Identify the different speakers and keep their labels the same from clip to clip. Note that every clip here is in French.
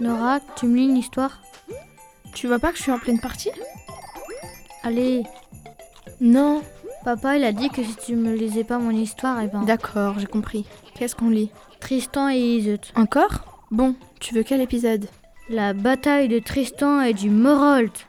Speaker 1: Nora, tu me lis une histoire
Speaker 2: Tu vois pas que je suis en pleine partie
Speaker 1: Allez,
Speaker 2: Non.
Speaker 1: papa, il a dit que si tu me lisais pas mon histoire, eh ben.
Speaker 2: D'accord, j'ai compris. Qu'est-ce qu'on lit
Speaker 1: Tristan et Iseut.
Speaker 2: Encore Bon, tu veux quel épisode
Speaker 1: La bataille de Tristan et du Morolt.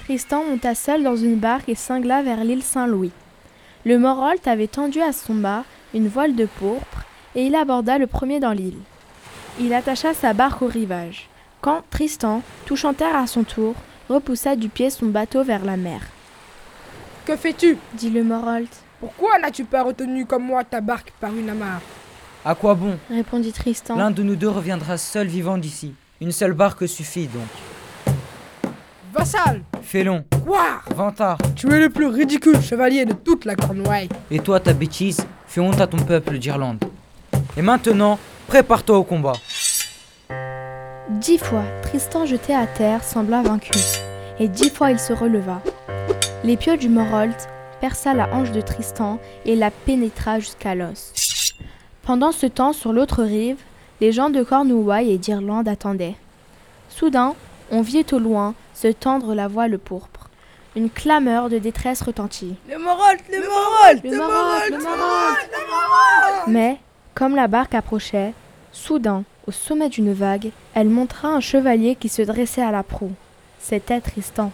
Speaker 2: Tristan monta seul dans une barque et cingla vers l'île Saint-Louis. Le Morolt avait tendu à son mât une voile de pourpre et il aborda le premier dans l'île. Il attacha sa barque au rivage, quand Tristan, touchant terre à son tour, repoussa du pied son bateau vers la mer.
Speaker 3: Que fais-tu
Speaker 2: Dit le Morolt,
Speaker 3: Pourquoi n'as-tu pas retenu comme moi ta barque par une amarre
Speaker 4: À quoi bon
Speaker 2: répondit Tristan.
Speaker 4: L'un de nous deux reviendra seul vivant d'ici. Une seule barque suffit donc.
Speaker 3: Vassal
Speaker 4: Félon,
Speaker 3: Quoi
Speaker 4: vantard,
Speaker 3: Tu es le plus ridicule chevalier de toute la Cornouaille
Speaker 4: et toi ta bêtise, fais honte à ton peuple d'Irlande. Et maintenant, prépare-toi au combat.
Speaker 2: Dix fois, Tristan jeté à terre sembla vaincu, et dix fois il se releva. L'épieu du Morolt perça la hanche de Tristan et la pénétra jusqu'à l'os. Pendant ce temps, sur l'autre rive, les gens de Cornouailles et d'Irlande attendaient. Soudain, on vit au loin se tendre la voile pourpre. Une clameur de détresse retentit.
Speaker 3: Le Morolt Le Morolt
Speaker 2: Le Morolt, le Morolt Mais, comme la barque approchait, soudain, au sommet d'une vague, elle montra un chevalier qui se dressait à la proue. C'était Tristan.